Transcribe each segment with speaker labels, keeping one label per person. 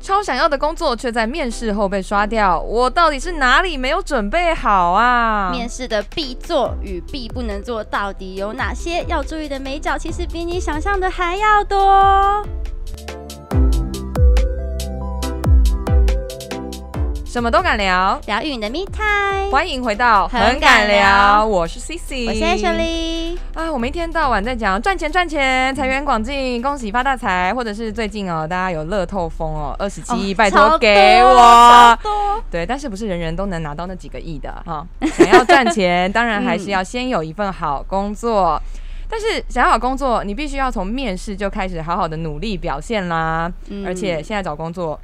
Speaker 1: 超想要的工作却在面试后被刷掉，我到底是哪里没有准备好啊？
Speaker 2: 面试的必做与必不能做到底有哪些？要注意的美角其实比你想象的还要多。
Speaker 1: 什么都敢聊，
Speaker 2: 疗愈你的 me time，
Speaker 1: 欢迎回到
Speaker 2: 很敢聊
Speaker 1: 我是 CC，
Speaker 2: 我是 Ashley。
Speaker 1: 啊，我们一天到晚在讲赚钱赚钱，财源广进，恭喜发大财，或者是最近哦，大家有乐透风哦，二十七亿，拜
Speaker 2: 超
Speaker 1: 托
Speaker 2: 多
Speaker 1: 给我
Speaker 2: 超。多
Speaker 1: 对，但是不是人人都能拿到那几个亿的
Speaker 2: 哦
Speaker 1: 哈、 想要赚钱，当然还
Speaker 2: 嗯
Speaker 1: 是要先有一份好工作。但是想要好工作，你必须要从面试就开始好好的努力表现啦。
Speaker 2: 嗯
Speaker 1: 而且现在找工作，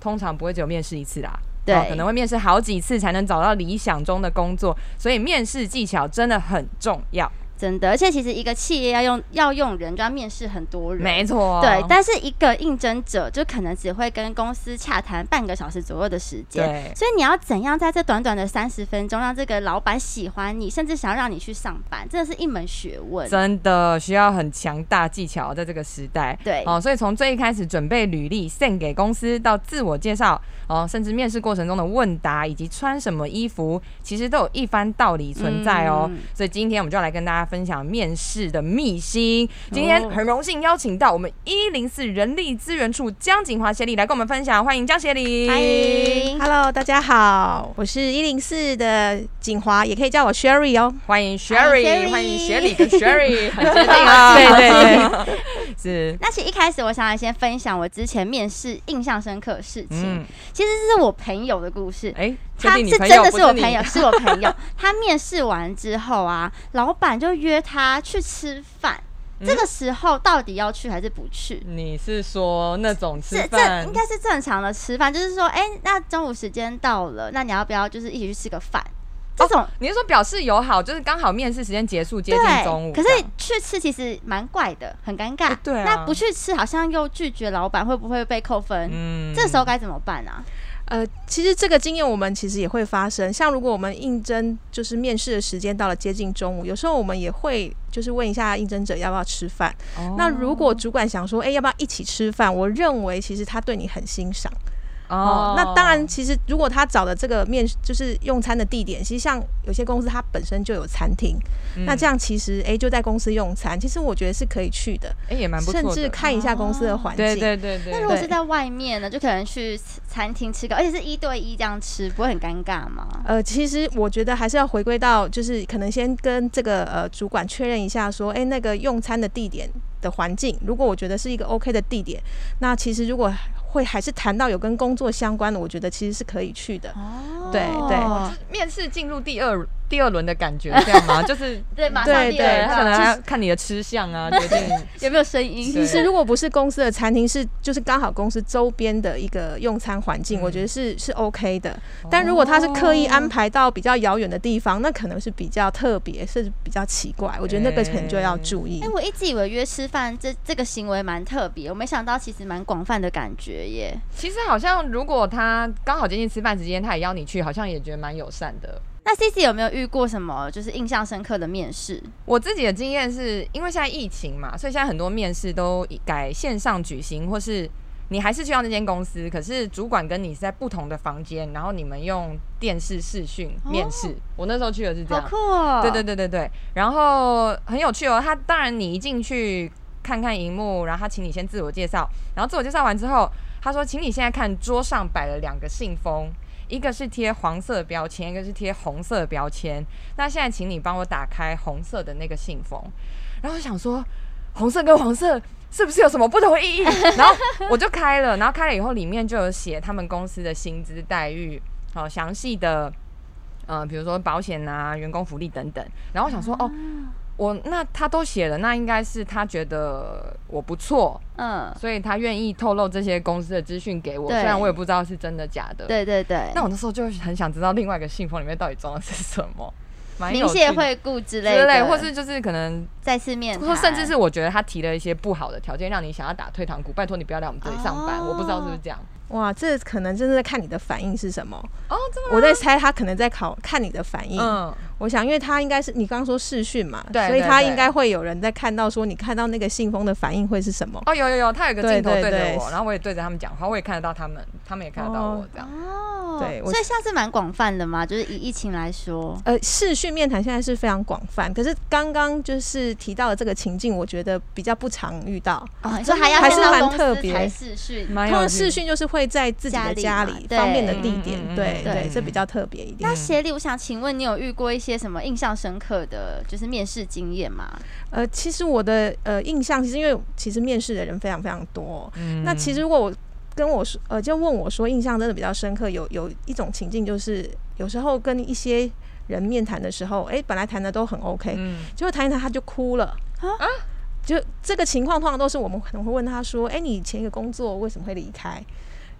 Speaker 1: 通常不会只有面试一次啦。
Speaker 2: 对
Speaker 1: 哦可能会面试好几次才能找到理想中的工作，所以面试技巧真的很重要。
Speaker 2: 真的，而且其实一个企业要用要用人，就要面试很多人。
Speaker 1: 没错，
Speaker 2: 对，但是一个应征者就可能只会跟公司洽谈半个小时左右的时间，
Speaker 1: 对
Speaker 2: 所以你要怎样在这短短的三十分钟让这个老板喜欢你，甚至想要让你去上班，真的是一门学问。
Speaker 1: 真的需要很强大技巧，在这个时代。
Speaker 2: 对
Speaker 1: 哦，所以从最一开始准备履历献给公司，到自我介绍，哦，甚至面试过程中的问答，以及穿什么衣服，其实都有一番道理存在哦。
Speaker 2: 嗯
Speaker 1: 所以今天我们就要来跟大家分享面试的秘辛。今天
Speaker 2: 哦
Speaker 1: 很荣幸邀请到我们一零四人力资源处江景华协理来跟我们分享，欢迎江协理。
Speaker 2: 欢迎
Speaker 3: Hello，大家好，我是一零四的景华，也可以叫我 Sherry 哦。
Speaker 1: 欢迎
Speaker 2: Sherry
Speaker 1: Sherry，欢迎学理跟 Sherry，很坚定 啊，
Speaker 3: 对对
Speaker 1: 对，是，
Speaker 2: 那其实一开始我想要先分享我之前面试印象深刻的事情，
Speaker 1: 嗯，
Speaker 2: 其实这是我朋友的故事。
Speaker 1: 哎，确
Speaker 2: 他
Speaker 1: 定
Speaker 2: 是
Speaker 1: 你
Speaker 2: 真
Speaker 1: 朋友
Speaker 2: 的
Speaker 1: 不
Speaker 2: 是我
Speaker 1: 你
Speaker 2: 朋友，是我朋友。他面试完之后啊，老板就约他去吃饭。
Speaker 1: 嗯
Speaker 2: 这个时候到底要去还是不去？
Speaker 1: 你是说那种嗯吃
Speaker 2: 这这
Speaker 1: 饭
Speaker 2: 应？该是正常的吃饭，就是说，哎、那中午时间到了，那你要不要就是一起去吃个饭？这种、
Speaker 1: 你是说表示友好，就是刚好面试时间结束，接近中午
Speaker 2: 对，
Speaker 1: 这
Speaker 2: 可
Speaker 1: 样。
Speaker 2: 是去吃其实蛮怪的，很尴尬。
Speaker 1: 哎对啊
Speaker 2: 那不去吃好像又拒绝老板，会不会被扣分？
Speaker 1: 嗯
Speaker 2: 这时候该怎么办啊？
Speaker 3: 呃，其实这个经验我们其实也会发生，像如果我们应征就是面试的时间到了接近中午，有时候我们也会就是问一下应征者要不要吃饭。
Speaker 1: 哦
Speaker 3: 那如果主管想说，哎、要不要一起吃饭？我认为其实他对你很欣赏哦。那当然，其实如果他找的这个面就是用餐的地点，其实像有些公司它本身就有餐厅，那这
Speaker 1: 样
Speaker 3: 样其实哎、诶就在公司用餐，其实我觉得是可以去的。
Speaker 1: 哎也蛮不错
Speaker 3: 甚
Speaker 1: 的，哦
Speaker 3: 至看一下公司的环境。
Speaker 1: 对对对对。
Speaker 2: 那如果
Speaker 3: 对
Speaker 2: 是在外面呢，就可能去餐厅吃个，而且是一对一这样吃，不会很尴尬吗？
Speaker 3: 呃，其实我觉得还是要回归到，就是可能先跟这个呃主管确认一下，说，哎、那个用餐的地点的环境，如果我觉得是一个 OK 的地点，那其实如果会还是谈到有跟工作相关的，我觉得其实是可以去的。
Speaker 2: 哦
Speaker 3: 对对
Speaker 1: 面试进入第二第二轮的感觉，这样吗？就是
Speaker 2: 对，马上
Speaker 3: 对
Speaker 2: 第
Speaker 1: 对
Speaker 2: 二
Speaker 1: 他可
Speaker 2: 道
Speaker 1: 能还要看你的吃相 啊，决定
Speaker 2: 有没有声音？
Speaker 1: 对
Speaker 3: 其实如果不是公司的餐厅，是就是刚好公司周边的一个用餐环
Speaker 1: 嗯
Speaker 3: 境，我觉得是是 OK 的。
Speaker 1: 哦
Speaker 3: 但如果他是刻意安排到比较遥远的地方，那可能是比较特别，甚至比较奇怪。我觉得那个可能就要注意。
Speaker 2: 哎、我一直以为约吃饭这这个行为蛮特别，我没想到其实蛮广泛的感觉耶。
Speaker 1: 其实好像如果他刚好接近吃饭时间，他也邀你去，好像也觉得蛮友善的。
Speaker 2: 那 C C 有没有遇过什么就是印象深刻的面试？
Speaker 1: 我自己的经验是因为现在疫情嘛，所以现在很多面试都改线上举行，或是你还是去到那间公司，可是主管跟你是在不同的房间，然后你们用电视视讯面试。我那时候去的是这
Speaker 2: 好
Speaker 1: 样，
Speaker 2: 酷哦！
Speaker 1: 对对对对对，然后很有趣哦。他当然你一进去看看荧幕，然后他请你先自我介绍，然后自我介绍完之后，他说，请你现在看桌上摆了两个信封。一个是贴黄色标签，一个是贴红色标签。那现在请你帮我打开红色的那个信封，然后我想说，红色跟黄色是不是有什么不同意义？然后我就开了，然后开了以后里面就有写他们公司的薪资待遇，好、详细的，呃，比如说保险啊、员工福利等等。然后我想说，
Speaker 2: 啊
Speaker 1: 哦，我那他都写了，那应该是他觉得我不错，
Speaker 2: 嗯，
Speaker 1: 所以他愿意透露这些公司的资讯给我，
Speaker 2: 对
Speaker 1: 虽然我也不知道是真的假的。
Speaker 2: 对对对。
Speaker 1: 那我那时候就很想知道另外一个信封里面到底装的是什 么，蛮
Speaker 2: 明
Speaker 1: 有
Speaker 2: 谢
Speaker 1: 趣的
Speaker 2: 惠顾之类的，
Speaker 1: 之类，或是就是可能
Speaker 2: 再次面
Speaker 1: 或
Speaker 2: 谈，
Speaker 1: 甚至是我觉得他提了一些不好的条件，让你想要打退堂鼓，拜托你不要来我们这里上班。
Speaker 2: 哦
Speaker 1: 我不知道是不是这样，
Speaker 3: 哇，这可能真的在看你的反应是什么。
Speaker 1: 哦，真的吗？
Speaker 3: 我在猜他可能在考看你的反应。
Speaker 1: 嗯，
Speaker 3: 我想，因为他应该是你刚刚说视讯嘛，
Speaker 1: 对
Speaker 3: 所以
Speaker 1: 对
Speaker 3: 他
Speaker 1: 对
Speaker 3: 应该会有人在看到说你看到那个信封的反应会是什么。
Speaker 1: 哦，有有有，他有个镜头
Speaker 3: 对
Speaker 1: 对
Speaker 3: 对
Speaker 1: 着
Speaker 3: 对
Speaker 1: 我，然后我也对着他们讲话，我也看得到他们，他们也看得到我
Speaker 3: 哦
Speaker 1: 这样。
Speaker 2: 哦，
Speaker 3: 对我
Speaker 2: 所以现在是蛮广泛的嘛，就是以疫情来说，
Speaker 3: 呃，视讯面谈现在是非常广泛，可是刚刚就是提到的这个情境，我觉得比较不常遇到。
Speaker 2: 哦，你说还要
Speaker 3: 还
Speaker 2: 先
Speaker 3: 是
Speaker 2: 到
Speaker 3: 蛮
Speaker 2: 公司
Speaker 3: 特别
Speaker 2: 才视讯，
Speaker 1: 蛮
Speaker 3: 通
Speaker 1: 有
Speaker 3: 常
Speaker 1: 趣
Speaker 3: 视讯就是会在自己的
Speaker 2: 家
Speaker 3: 家
Speaker 2: 里嘛
Speaker 3: 里
Speaker 2: 对
Speaker 3: 方便的地点
Speaker 1: 嗯嗯嗯，
Speaker 3: 对
Speaker 1: 嗯
Speaker 3: 对
Speaker 1: 嗯，
Speaker 3: 这比较特别一点
Speaker 2: 那。协理，我想请问你有遇过一些什么印象深刻的就是面试经验吗？
Speaker 3: 呃，其实我的呃印象，其实因为其实面试的人非常非常多，
Speaker 1: 嗯
Speaker 3: 那其实如果我跟我说，呃，就问我说，印象真的比较深刻，有有一种情境就是，有时候跟一些人面谈的时候，哎、本来谈的都很 OK，、
Speaker 1: 嗯
Speaker 3: 结果谈一谈他就哭了
Speaker 2: 啊
Speaker 3: 就这个情况通常都是我们可能会问他说，哎、你以前一个工作为什么会离开？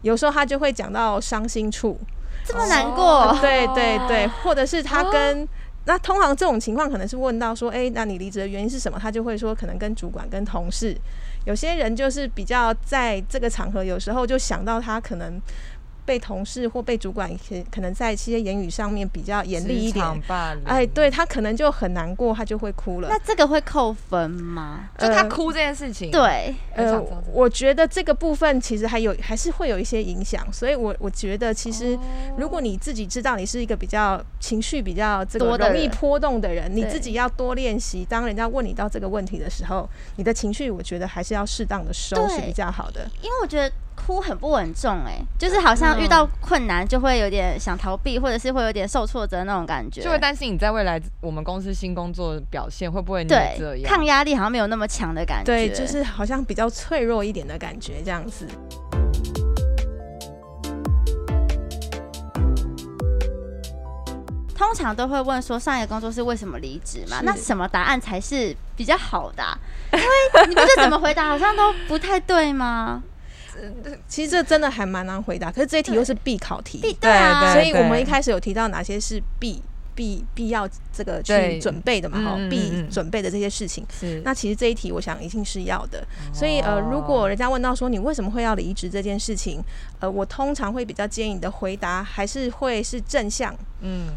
Speaker 3: 有时候他就会讲到伤心处，
Speaker 2: 这么难过，
Speaker 1: 哦
Speaker 3: 对对对，或者是他跟、那通常这种情况可能是问到说，哎、那你离职的原因是什么？他就会说可能跟主管、跟同事。有些人就是比较在这个场合，有时候就想到他可能被同事或被主管可可能在一些言语上面比较严厉一点，
Speaker 1: 职场霸凌
Speaker 3: 哎，对，他可能就很难过，他就会哭了
Speaker 2: 那。这个会扣分吗？
Speaker 1: 就他
Speaker 3: 呃
Speaker 1: 哭这件事情，，
Speaker 2: 对，
Speaker 1: 我
Speaker 3: 呃
Speaker 1: 想知道这，个
Speaker 3: 我觉得这个部分其实还有还是会有一些影响，所以我我觉得其
Speaker 2: 哦
Speaker 3: 实如果你自己知道你是一个比较情绪比较这个
Speaker 2: 多的
Speaker 3: 容易
Speaker 2: 人
Speaker 3: 波动的人，你
Speaker 2: 对
Speaker 3: 自己要多练习。当人家问你到这个问题的时候，你的情绪我觉得还是要适当的收是
Speaker 2: 对
Speaker 3: 比较好的。
Speaker 2: 因为我觉得哭很不稳重、哎，就是好像遇到困难就会有点想逃避，或者是会有点受挫折那种感觉，
Speaker 1: 就会担心你在未来我们公司新工作表现会不会你也这
Speaker 2: 对
Speaker 1: 样
Speaker 2: 抗压力好像没有那么强的感觉，
Speaker 3: 对，就是好像比较脆弱一点的感觉这样子。
Speaker 2: 通常都会问说上一个工作是为什么离职嘛？
Speaker 3: 是
Speaker 2: 那什么答案才是比较好 的啊、因为你不是怎么回答，好像都不太对吗？
Speaker 3: 其实这真的还蛮难回答，可是这一题又是必考题，
Speaker 2: 必对
Speaker 1: 对
Speaker 2: 啊，
Speaker 3: 所以我们
Speaker 1: 对
Speaker 3: 一开始有提到哪些是必必必要这个去
Speaker 1: 对
Speaker 3: 准备的嘛，哈
Speaker 1: 嗯嗯嗯，
Speaker 3: 必
Speaker 1: 嗯
Speaker 3: 准备的这些事情。
Speaker 1: 是
Speaker 3: 那其实这一题，我想一定是要的。
Speaker 2: 哦
Speaker 3: 所以呃，如
Speaker 1: 哦
Speaker 3: 果人家问到说你为什么会要离职这件事情，呃，我通常会比较建议你的回答还是会是正向
Speaker 1: 嗯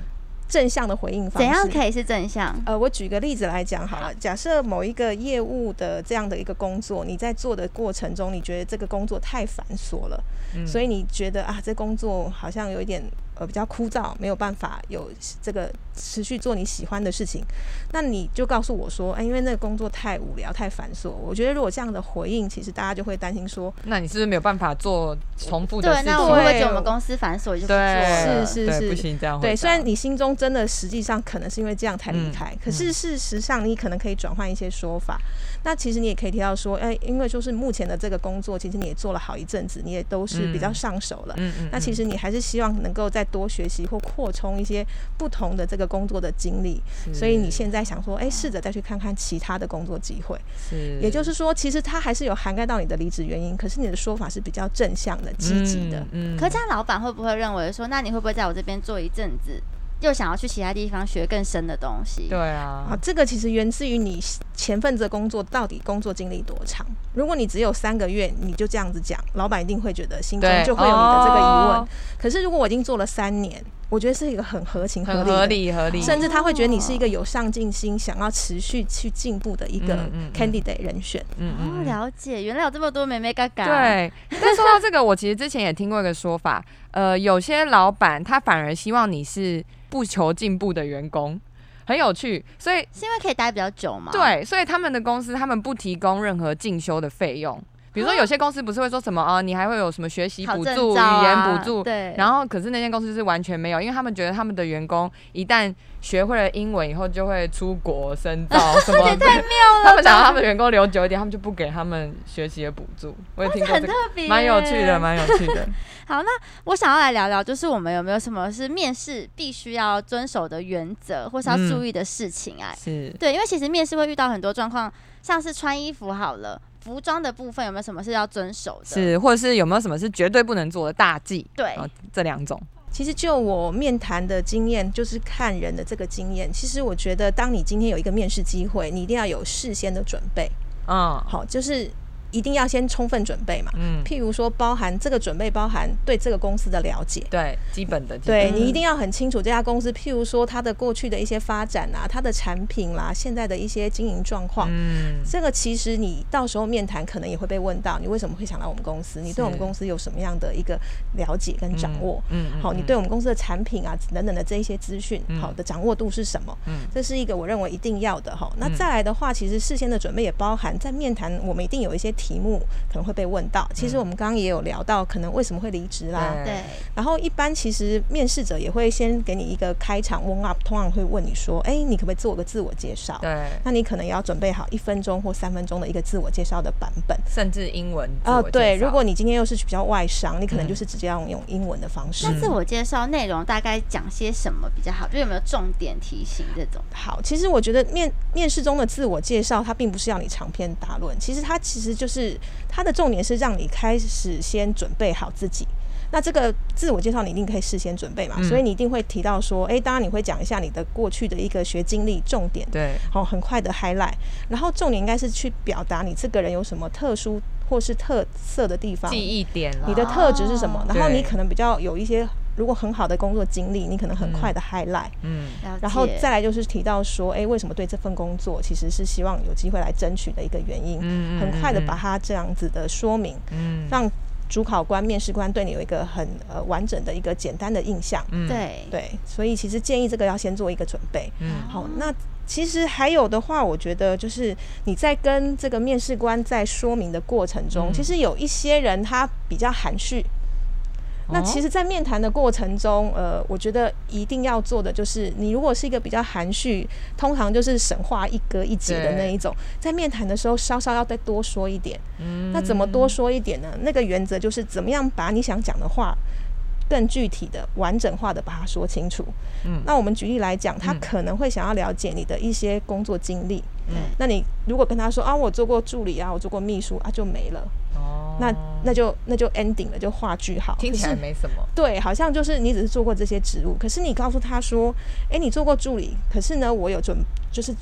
Speaker 3: 正向的回应方式。
Speaker 2: 怎样可以是正向？
Speaker 3: 呃，我举个例子来讲好了。假设某一个业务的这样的一个工作，你在做的过程中，你觉得这个工作太繁琐了，
Speaker 1: 嗯
Speaker 3: 所以你觉得啊，这工作好像有一点呃比较枯燥，没有办法有这个持续做你喜欢的事情，那你就告诉我说，哎、因为那个工作太无聊、太繁琐。我觉得如果这样的回应，其实大家就会担心说，
Speaker 1: 那你是不是没有办法做重复的事情？
Speaker 2: 对，那我会不会觉
Speaker 3: 对
Speaker 2: 得我们公司繁琐就不做
Speaker 1: 对
Speaker 2: 了？
Speaker 3: 是
Speaker 1: 对不行这样回答
Speaker 3: 对，虽然你心中真的实际上可能是因为这样才离
Speaker 1: 嗯
Speaker 3: 开，可是事实上你可能可以转换一些说法。那其实你也可以提到说，哎、因为就是目前的这个工作，其实你也做了好一阵子，你也都是比较上手了。
Speaker 1: 嗯嗯，
Speaker 3: 那其
Speaker 1: 嗯
Speaker 3: 实你还是希望能够再多学习或扩充一些不同的这个工作的经历，
Speaker 1: 嗯
Speaker 3: 所以你现在想说，哎、试着再去看看其他的工作机会。
Speaker 1: 嗯是
Speaker 3: 也就是说，其实它还是有涵盖到你的离职原因，可是你的说法是比较正向的、积极的。
Speaker 1: 嗯，嗯
Speaker 2: 可这样老板会不会认为说，那你会不会在我这边做一阵子，又想要去其他地方学更深的东西？哦
Speaker 1: 对啊
Speaker 3: 啊，，这个其实源自于你前份子的工作到底工作经历多长。如果你只有三个月，你就这样子讲，老板一定会觉得心中
Speaker 1: 对
Speaker 3: 就会有你的这个疑问。
Speaker 1: 哦
Speaker 3: 可是如果我已经做了三年，我觉得是一个很合情合
Speaker 1: 很
Speaker 3: 理
Speaker 1: 合
Speaker 3: 的
Speaker 1: 理合理，
Speaker 3: 甚至他会觉得你是一个有上进心、想要持续去进步的一个
Speaker 1: 嗯嗯嗯
Speaker 3: candidate 人选。
Speaker 1: 嗯
Speaker 2: 哦，
Speaker 1: 嗯嗯。
Speaker 2: 了解，原来有这么多妹妹嘎嘎。，
Speaker 1: 对，但说到这个，我其实之前也听过一个说法，呃，有些老板他反而希望你是不求进步的员工，很有趣。所以
Speaker 2: 是因为可以待比较久嘛？，
Speaker 1: 对，所以他们的公司他们不提供任何进修的费用。比如说，有些公司不是会说什么哦，你还会有什么学习
Speaker 2: 啊考
Speaker 1: 补
Speaker 2: 证
Speaker 1: 助、
Speaker 2: 照
Speaker 1: 语言
Speaker 2: 啊
Speaker 1: 补助，
Speaker 2: 对，
Speaker 1: 然后可是那间公司就是完全没有，因为他们觉得他们的员工一旦学会了英文以后，就会出国深 造什么的。他们想要他们的员工留久一点，他们就不给他们学习的补助。我也听过
Speaker 2: 很
Speaker 1: 这
Speaker 2: 特
Speaker 1: 个，
Speaker 2: 别，
Speaker 1: 蛮有趣的，。蛮有趣的。
Speaker 2: 好，那我想要来聊聊，就是我们有没有什么是面试必须要遵守的原则，或是要
Speaker 1: 嗯
Speaker 2: 注意的事情
Speaker 3: 哎
Speaker 2: 啊？
Speaker 1: 是，
Speaker 2: 对，因为其实面试会遇到很多状况，像是穿衣服好了，服装的部分有没有什么是要遵守的？，
Speaker 1: 是，或者是有没有什么是绝对不能做的大忌？
Speaker 2: 对，
Speaker 1: 啊，这两种。
Speaker 3: 其实就我面谈的经验，就是看人的这个经验。其实我觉得，当你今天有一个面试机会，你一定要有事先的准备。
Speaker 1: 嗯，
Speaker 3: 好，就是一定要先充分准备嘛。
Speaker 1: 嗯，
Speaker 3: 譬如说，包含这个准备，包含对这个公司的了解，
Speaker 1: 对，基本的，基
Speaker 3: 对
Speaker 1: 本的
Speaker 3: 你一定要很清楚这家公司，譬如说它的过去的一些发展啊，它的产品啦、现在的一些经营状况。
Speaker 1: 嗯，
Speaker 3: 这个其实你到时候面谈可能也会被问到，你为什么会想来我们公司？你对我们
Speaker 1: 是
Speaker 3: 公司有什么样的一个了解跟掌
Speaker 1: 嗯
Speaker 3: 握？
Speaker 1: 嗯，嗯
Speaker 3: 好，你
Speaker 1: 嗯
Speaker 3: 对我们公司的产品啊等等的这一些资讯，好的掌握度是什么？
Speaker 1: 嗯
Speaker 3: 这是一个我认为一定要的哈。那再来的话，其实事先的准备也包含在面谈，我们一定有一些题目可能会被问到。其实我们刚刚也有聊到，可能为什么会离职啦。
Speaker 1: 嗯对
Speaker 2: 对，
Speaker 3: 然后一般其实面试者也会先给你一个开场 warm up，通常会问你说，哎，你可不可以做个自我介绍？
Speaker 1: 对，
Speaker 3: 那你可能也要准备好一分钟或三分钟的一个自我介绍的版本。
Speaker 1: 甚至英文自
Speaker 3: 哦
Speaker 1: 我，介
Speaker 3: 对，
Speaker 1: 绍
Speaker 3: 如果你今天又是比较外商，你可能
Speaker 1: 嗯
Speaker 3: 就是直接要用英文的方式
Speaker 2: 那。自我介绍内容大概讲些什么比较好？就有没有重点提醒这种？
Speaker 3: 好，其实我觉得面面试中的自我介绍，它并不是要你长篇大论，其实它其实就是它的重点是让你开始先准备好自己。那这个自我介绍你一定可以事先准备嘛，
Speaker 1: 嗯
Speaker 3: 所以你一定会提到说，诶、当然你会讲一下你的过去的一个学经历重点，
Speaker 1: 对，
Speaker 3: 好、很快的 highlight，然后重点应该是去表达你这个人有什么特殊或是特色的地方，
Speaker 1: 记忆点啦，
Speaker 3: 你的特质是什么
Speaker 2: 哦，
Speaker 3: 然后你
Speaker 1: 对
Speaker 3: 可能比较有一些如果很好的工作经历，你可能很快的 highlight，、
Speaker 1: 嗯
Speaker 2: 了解
Speaker 3: 然后再来就是提到说，诶，为什么对这份工作其实是希望有机会来争取的一个原因，
Speaker 1: 嗯，
Speaker 3: 很快的把它这样子的说明，
Speaker 1: 嗯，嗯
Speaker 3: 让主考官、面试官对你有一个很呃完整的一个简单的印象。
Speaker 1: 嗯，
Speaker 2: 对，
Speaker 3: 对，所以其实建议这个要先做一个准备。
Speaker 1: 嗯
Speaker 3: 好，那其实还有的话，我觉得就是你在跟这个面试官在说明的过程中，
Speaker 1: 嗯
Speaker 3: 其实有一些人他比较含蓄。那
Speaker 1: 哦
Speaker 3: 其实，在面谈的过程中，呃，我觉得一定要做的就是，你如果是一个比较含蓄，通常就是神话一哥一姐的那一种，在面谈的时候稍稍要再多说一点。
Speaker 1: 嗯
Speaker 3: 那怎么多说一点呢？那个原则就是怎么样把你想讲的话更具体的、完整化的把它说清楚。
Speaker 1: 嗯
Speaker 3: 那我们举例来讲，他
Speaker 1: 嗯
Speaker 3: 可能会想要了解你的一些工作经历。
Speaker 1: 嗯
Speaker 3: 那你如果跟他说啊，我做过助理啊，我做过秘书啊，就没了，
Speaker 1: 哦
Speaker 3: 那那就那就 ending 了，就话剧好。
Speaker 1: 听起来
Speaker 3: 可是
Speaker 1: 没什么，
Speaker 3: 对，好像就是你只是做过这些职务，可是你告诉他说，诶，你做过助理，可是呢，我有准就是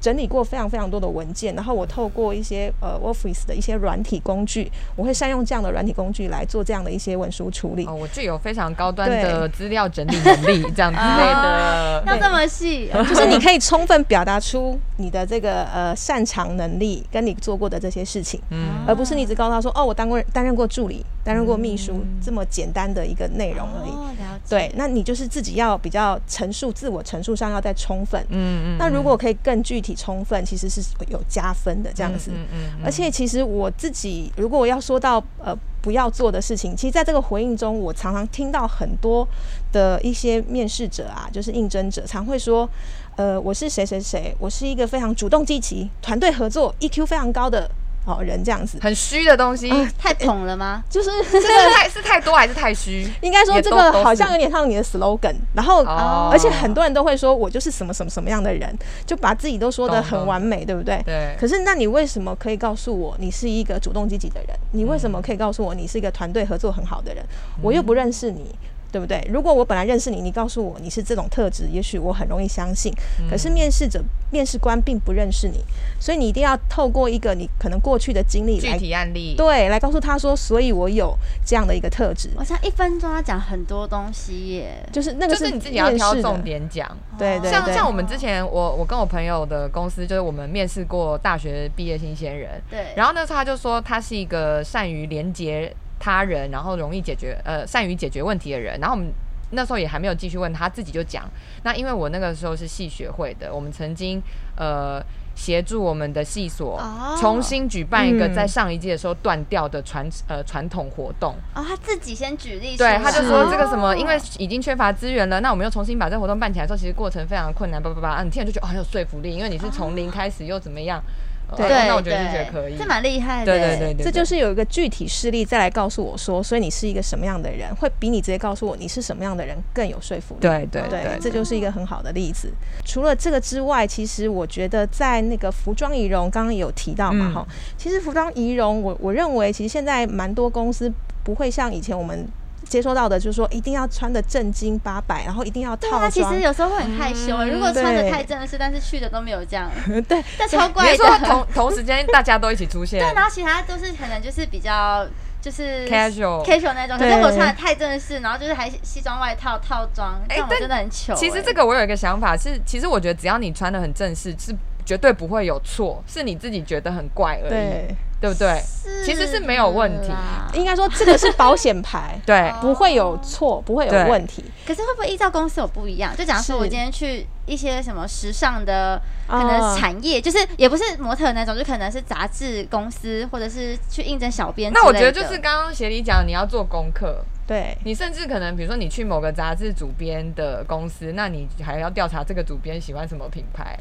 Speaker 3: 整理过非常非常多的文件，然后我透过一些呃 Office 的一些软体工具，我会善用这样的软体工具来做这样的一些文书处理。
Speaker 1: 哦，我具有非常高端
Speaker 3: 对
Speaker 1: 的资料整理能力， 这样之类
Speaker 3: 啊
Speaker 1: 的，
Speaker 2: 要这么细，哦
Speaker 3: 就是你可以充分表达出你的这个呃擅长能力，跟你做过的这些事情，
Speaker 1: 嗯
Speaker 3: 而不是你只告诉他说哦，我当过担任过助理，担任过秘书、这么简单的一个内 容而已。
Speaker 2: 哦，了解，
Speaker 3: 对，那你就是自己要比较陈述自我陈述上要再充分。
Speaker 1: 嗯嗯，
Speaker 3: 那如果可以更具体充分，其实是有加分的这样子。
Speaker 1: 嗯嗯，
Speaker 3: 而且其实我自己如果要说到呃不要做的事情，其实在这个回应中，我常常听到很多的一些面试者啊，就是应征者，常会说，呃，我是谁谁谁，我是一个非常主动积极、团队合作、EQ 非常高的哦人这样子。
Speaker 1: 很虚的东
Speaker 3: 啊
Speaker 1: 西，
Speaker 2: 太捧了吗？
Speaker 3: 就是
Speaker 1: 这个太是太多还是太虚？
Speaker 3: 应该说
Speaker 1: 也
Speaker 3: 这
Speaker 1: 都都
Speaker 3: 个
Speaker 1: 是
Speaker 3: 好像有点像你的 slogan，然后
Speaker 1: 哦
Speaker 3: 而且很多人都会说我就是什么什么什么样的人，就把自己都说的
Speaker 1: 懂
Speaker 3: 很
Speaker 1: 懂
Speaker 3: 完美，对不对？
Speaker 1: 对，
Speaker 3: 可是，那你为什么可以告诉我你是一个主动积极的人？你为
Speaker 1: 嗯
Speaker 3: 什么可以告诉我你是一个团队合作很好的人？我又不认识你，对不对？如果我本来认识你，你告诉我你是这种特质，也许我很容易相信。
Speaker 1: 嗯
Speaker 3: 可是面试者、面试官并不认识你，所以你一定要透过一个你可能过去的经历
Speaker 1: 具
Speaker 3: 来。
Speaker 1: 体案例，
Speaker 3: 对，来告诉他说，所以我有这样的一个特质，
Speaker 1: 哦
Speaker 2: 我想一分钟要讲很多东西耶，哦
Speaker 3: 就是那
Speaker 1: 就
Speaker 3: 个
Speaker 1: 是
Speaker 3: 是
Speaker 1: 你自己要挑
Speaker 3: 面试的
Speaker 1: 重，点讲。
Speaker 3: 对对
Speaker 1: 像
Speaker 3: 对
Speaker 1: 像我们之前，我我跟我朋友的公司，就是我们面试过大学毕业新鲜人，
Speaker 2: 对，
Speaker 1: 然后那时候他就说他是一个善于连接他人，然后容易解决呃善于解决问题的人。然后我们那时候也还没有继续问他，自己就讲。那因为我那个时候是系学会的，我们曾经呃协助我们的系所、
Speaker 2: 哦
Speaker 1: 重新举办一个
Speaker 3: 嗯
Speaker 1: 在上一届的时候断掉的传呃传统活动。
Speaker 2: 哦，他自己先举例出
Speaker 1: 对
Speaker 2: 来，，
Speaker 1: 他就说
Speaker 2: 哦
Speaker 1: 这个什么，因为已经缺乏资源了，那我们又重新把这活动办起来的时候，其实过程非常困难，叭叭叭，啊，你听了就觉得哦很有说服力，因为你是从零开始又怎么样，呃
Speaker 3: 对
Speaker 2: 对，
Speaker 1: 那我觉得就
Speaker 2: 对
Speaker 1: 觉得可以，
Speaker 2: 这蛮厉害的，
Speaker 1: 对对对对，
Speaker 3: 这就是是有一个具体事例再来告诉我说，所以你是一个什么样的人，会比你直接告诉我你是什么样的人更有说服力。
Speaker 1: 对对
Speaker 3: 对
Speaker 1: 对，
Speaker 3: 这就是一个很好的例子。除了这个之外，其实我觉得在那个服装仪容，刚刚有提到嘛，
Speaker 1: 嗯
Speaker 3: 哈、其实服装仪容，我我认为其实现在蛮多公司不会像以前我们。接收到的就是说一定要穿的正经八百，然后一定要
Speaker 2: 对
Speaker 3: 套
Speaker 2: 啊，
Speaker 3: 装。
Speaker 2: 其实有时候会很害羞、
Speaker 1: 嗯
Speaker 2: 如果穿的
Speaker 3: 对
Speaker 2: 太正式，但是去的都没有 这样，
Speaker 3: 对，
Speaker 2: 这超
Speaker 1: 你
Speaker 2: 怪
Speaker 1: 是
Speaker 2: 的。
Speaker 1: 说同同时间大家都一起出现
Speaker 2: 对，然后其他都是可能就是比较就是
Speaker 1: casual
Speaker 2: casual 欸那种，可是
Speaker 3: 对
Speaker 2: 我穿的太正式，然后就是还西装外套套装，
Speaker 1: 哎
Speaker 2: 这种
Speaker 1: 但
Speaker 2: 真的很糗、
Speaker 1: 其实
Speaker 2: 哎
Speaker 1: 这个我有一个想法是，其实我觉得只要你穿的很正式，是绝对不会有错，是你自己觉得很怪而已，对
Speaker 3: 对，
Speaker 1: 不对？其实是没有问题，
Speaker 2: 啦
Speaker 3: 应该说这个是保险牌
Speaker 1: 对，
Speaker 2: 哦
Speaker 3: 不会有错，不会有
Speaker 1: 对
Speaker 3: 问题。
Speaker 2: 可是会不会依照公司有不一样？就假如说
Speaker 3: 是
Speaker 2: 我今天去一些什么时尚的，
Speaker 3: 哦
Speaker 1: 啊
Speaker 2: 可能产业，就是也不是模特那种，就可能是杂志公司，或者是去应征小编之类的。
Speaker 1: 那我觉得就是刚刚协理讲，你要做功课，
Speaker 3: 对，
Speaker 1: 你甚至可能比如说你去某个杂志主编的公司，那你还要调查这个主编喜欢什么品牌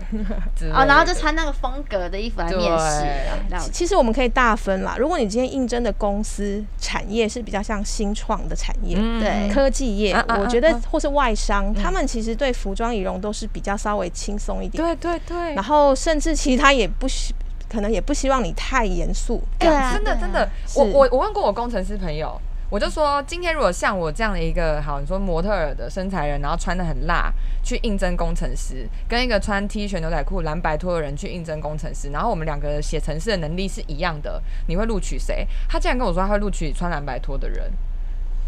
Speaker 1: 之类的
Speaker 2: 哦，然后就穿那个风格的衣服来面试
Speaker 1: 对
Speaker 2: 啊，了解
Speaker 3: 其实我们可以大分啦。如果你今天应征的公司产业是比较像新创的产业，
Speaker 1: 嗯
Speaker 2: 对
Speaker 3: 科技业，
Speaker 1: 啊啊
Speaker 3: 我觉得
Speaker 1: 啊
Speaker 3: 或是外商，他们其实对服装仪容都是比较稍微轻松一点。
Speaker 1: 对对对
Speaker 3: 然，后甚至其实他也不希，可能也不希望你太严肃。
Speaker 2: 对啊，
Speaker 1: 真的
Speaker 2: 对啊
Speaker 1: 真的，我
Speaker 3: 是
Speaker 1: 我我问过我工程师朋友，我就说今天如果像我这样的一个好，你说模特儿的身材人，然后穿的很辣去应征工程师，跟一个穿 T 恤牛仔裤蓝白拖的人去应征工程师，然后我们两个写程式的能力是一样的，你会录取谁？他竟然跟我说他会录取穿蓝白拖的人。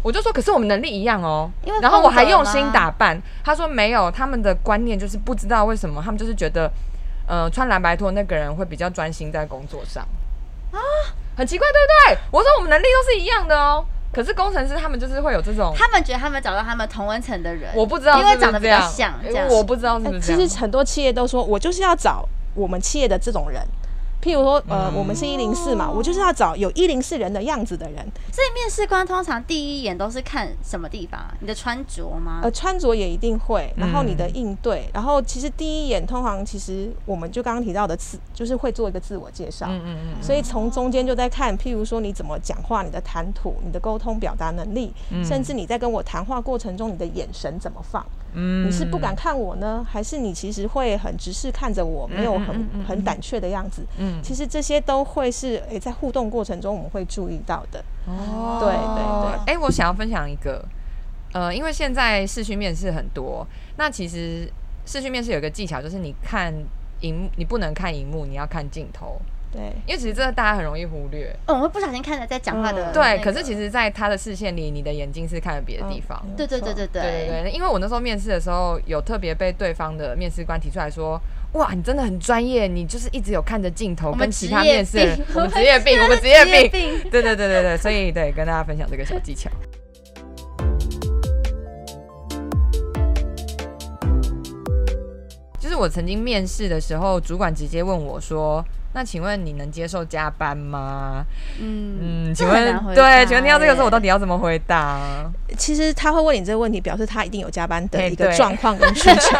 Speaker 1: 我就说，可是我们能力一样哦
Speaker 2: 因为，
Speaker 1: 然后我还
Speaker 2: 风格
Speaker 1: 用心
Speaker 2: 吗
Speaker 1: 打扮。他说没有，他们的观念就是不知道为什么，他们就是觉得，呃，穿蓝白拖那个人会比较专心在工作上。很奇怪，对不对？我说我们能力都是一样的哦，可是工程师他们就是会有这种，
Speaker 2: 他们觉得他们找到他们同温层的人，
Speaker 1: 我不知道是
Speaker 2: 因
Speaker 1: 不
Speaker 2: 为
Speaker 1: 是
Speaker 2: 长得比
Speaker 1: 这
Speaker 2: 较
Speaker 1: 样，
Speaker 2: 像这
Speaker 1: 呃
Speaker 2: 样。
Speaker 1: 我不知道是不是这
Speaker 3: 哎其
Speaker 1: 样。
Speaker 3: 实很多企业都说，我就是要找我们企业的这种人。譬如
Speaker 1: 嗯
Speaker 3: 说，呃，我们是一零四嘛，我就是要找有一零四人的样子的人。
Speaker 1: 嗯
Speaker 2: 所以面试官通常第一眼都是看什么地方啊？你的穿着吗？
Speaker 3: 呃，穿着也一定会，然后你的
Speaker 1: 嗯
Speaker 3: 应对，然后其实第一眼通常其实我们就刚刚提到的自，就是会做一个自我介绍。
Speaker 1: 嗯嗯嗯，
Speaker 3: 所以从中间就在看，譬如说你怎么讲话，你的谈吐、你的沟通表达能力，
Speaker 1: 嗯
Speaker 3: 甚至你在跟我谈话过程中你的眼神怎么放，
Speaker 1: 嗯
Speaker 3: 你是不敢，看我呢，还是你其实会很直视看着我，没
Speaker 1: 嗯
Speaker 3: 有
Speaker 1: 嗯嗯嗯
Speaker 3: 很
Speaker 1: 嗯
Speaker 3: 很胆怯的样子？
Speaker 1: 嗯，
Speaker 3: 其实这些都会是诶、在互动过程中我们会注意到的。
Speaker 1: 哦
Speaker 3: 对对
Speaker 1: 对。哎，我想要分享一个，呃，因为现在视讯面试很多，那其实视讯面试有一个技巧，就是你看荧，你不能看荧幕，你要看镜头，
Speaker 3: 对，
Speaker 1: 因为其实这个大家很容易忽略。
Speaker 2: 哦，我会不小心看着在讲话的那个、
Speaker 3: 嗯
Speaker 1: 对，可是其实，在他的视线里，你的眼睛是看着别的地方。
Speaker 3: 嗯
Speaker 2: 对对对对，对
Speaker 1: 对对对，因为我那时候面试的时候，有特别被对方的面试官提出来说。哇，你真的很专业，你就是一直有看着镜头，
Speaker 2: 我
Speaker 1: 跟
Speaker 2: 们
Speaker 1: 其
Speaker 2: 职
Speaker 1: 他
Speaker 2: 业
Speaker 1: 面试的人
Speaker 2: 病，，
Speaker 1: 我们职业病，我们职
Speaker 2: 业
Speaker 1: 业病，
Speaker 2: 病。
Speaker 1: 对对对对对，所以对，跟大家分享这个小技巧。就是我曾经面试的时候，主管直接问我说：“那请问你能接受加班吗？”
Speaker 2: 嗯
Speaker 1: 嗯，
Speaker 2: 嗯，
Speaker 1: 请
Speaker 2: 这很
Speaker 1: 问
Speaker 2: 难回答欸
Speaker 1: 对，请问听到这个时候，我到
Speaker 2: 耶
Speaker 1: 底要怎么回 答？
Speaker 3: 对其实他会问你这个问题，表示他一定有加班的
Speaker 1: 哎
Speaker 3: 一个
Speaker 1: 对
Speaker 3: 状况跟需 求。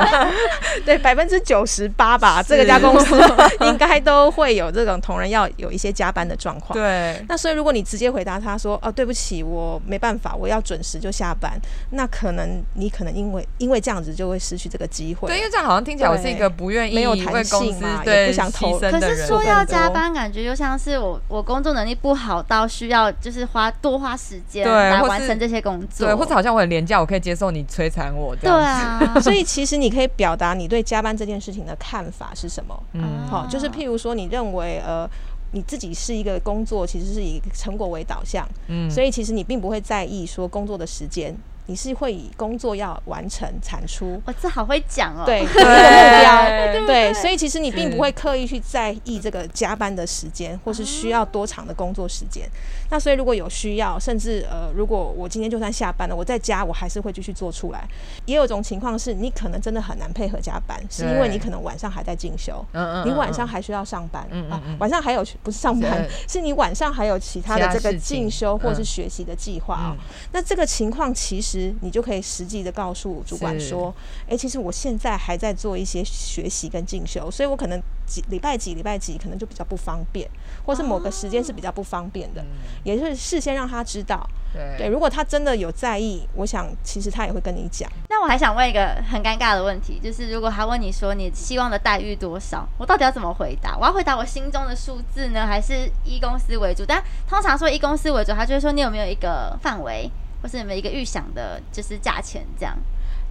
Speaker 3: 对，百分之九十八吧，这个家公 司应该都会有这种同仁要有一些加班的状况。
Speaker 1: 对，
Speaker 3: 那所以，如果你直接回答他说：“哦，对不起，我没办法，我要准时就下班。”那可能你可能因为因为这样子就会失去这个机会。
Speaker 1: 对，因为这样好像听起来我是一个不愿意
Speaker 3: 没有
Speaker 1: 为
Speaker 3: 弹
Speaker 1: 公
Speaker 3: 性
Speaker 1: 司
Speaker 3: 嘛
Speaker 1: 对
Speaker 3: 也不想投
Speaker 1: 牺牲
Speaker 2: 嗯可
Speaker 1: 的
Speaker 2: 是
Speaker 1: 人。
Speaker 2: 说要加
Speaker 3: 很多
Speaker 2: 班，感觉就像是我我工作能力不好到需要就是花多花时间
Speaker 1: 对
Speaker 2: 来
Speaker 1: 或是
Speaker 2: 完成这些工作，
Speaker 1: 对，或者好像我很廉价，我可以接受你摧残我这
Speaker 2: 对
Speaker 1: 样子。
Speaker 2: 啊，
Speaker 3: 所以，其实你可以表达你对加班这件事情的看法是什么。
Speaker 1: 嗯，
Speaker 3: 好、就是
Speaker 2: 啊
Speaker 3: 譬如说，你认为呃，你自己是一个工作，其实是以成果为导向，
Speaker 1: 嗯，
Speaker 3: 所以其实你并不会在意说工作的时间，你是会以工作要完成产出。
Speaker 2: 我这好会讲哦，
Speaker 3: 对，有一
Speaker 1: 对嗯
Speaker 3: 个目标，
Speaker 1: 哎对
Speaker 3: 对，所以其实你并
Speaker 1: 是
Speaker 3: 不会刻意去在意这个加班的时间，或是需要多长的工作时间。那所以如果有需要，甚至呃，如果我今天就算下班了，我在家我还是会继续做出来。也有一种情况是你可能真的很难配合加班，是因
Speaker 1: 对
Speaker 3: 为你可能晚上还在进修，
Speaker 1: 嗯嗯，
Speaker 3: 你
Speaker 1: 嗯
Speaker 3: 晚上
Speaker 1: 嗯
Speaker 3: 还需要上班
Speaker 1: 嗯嗯
Speaker 3: 啊
Speaker 1: 嗯，
Speaker 3: 晚上还有不是上班
Speaker 1: 对，
Speaker 3: 是你晚上还有其他
Speaker 1: 其
Speaker 3: 的
Speaker 1: 他
Speaker 3: 这个
Speaker 1: 事情
Speaker 3: 进修或是
Speaker 1: 嗯
Speaker 3: 学习的计划哦
Speaker 1: 嗯。
Speaker 3: 那这个情况其实你就可以实际的告诉主管
Speaker 1: 是
Speaker 3: 说，哎、其实我现在还在做一些学习跟进修，所以我可能几礼拜几礼拜几可能就比较不方便，或是某个时间是比较不方便的，也就是事先让他知道。对，
Speaker 1: 嗯对，
Speaker 3: 如果他真的有在意，我想其实他也会跟你讲。
Speaker 1: 嗯
Speaker 2: 那我还想问一个很尴尬的问题，就是如果他问你说你希望的待遇多少，我到底要怎么回答？我要回答我心中的数字呢，还是以公司为主？但通常说以公司为主，他就会说你有没有一个范围？或是你们一个预想的，就是价钱这样。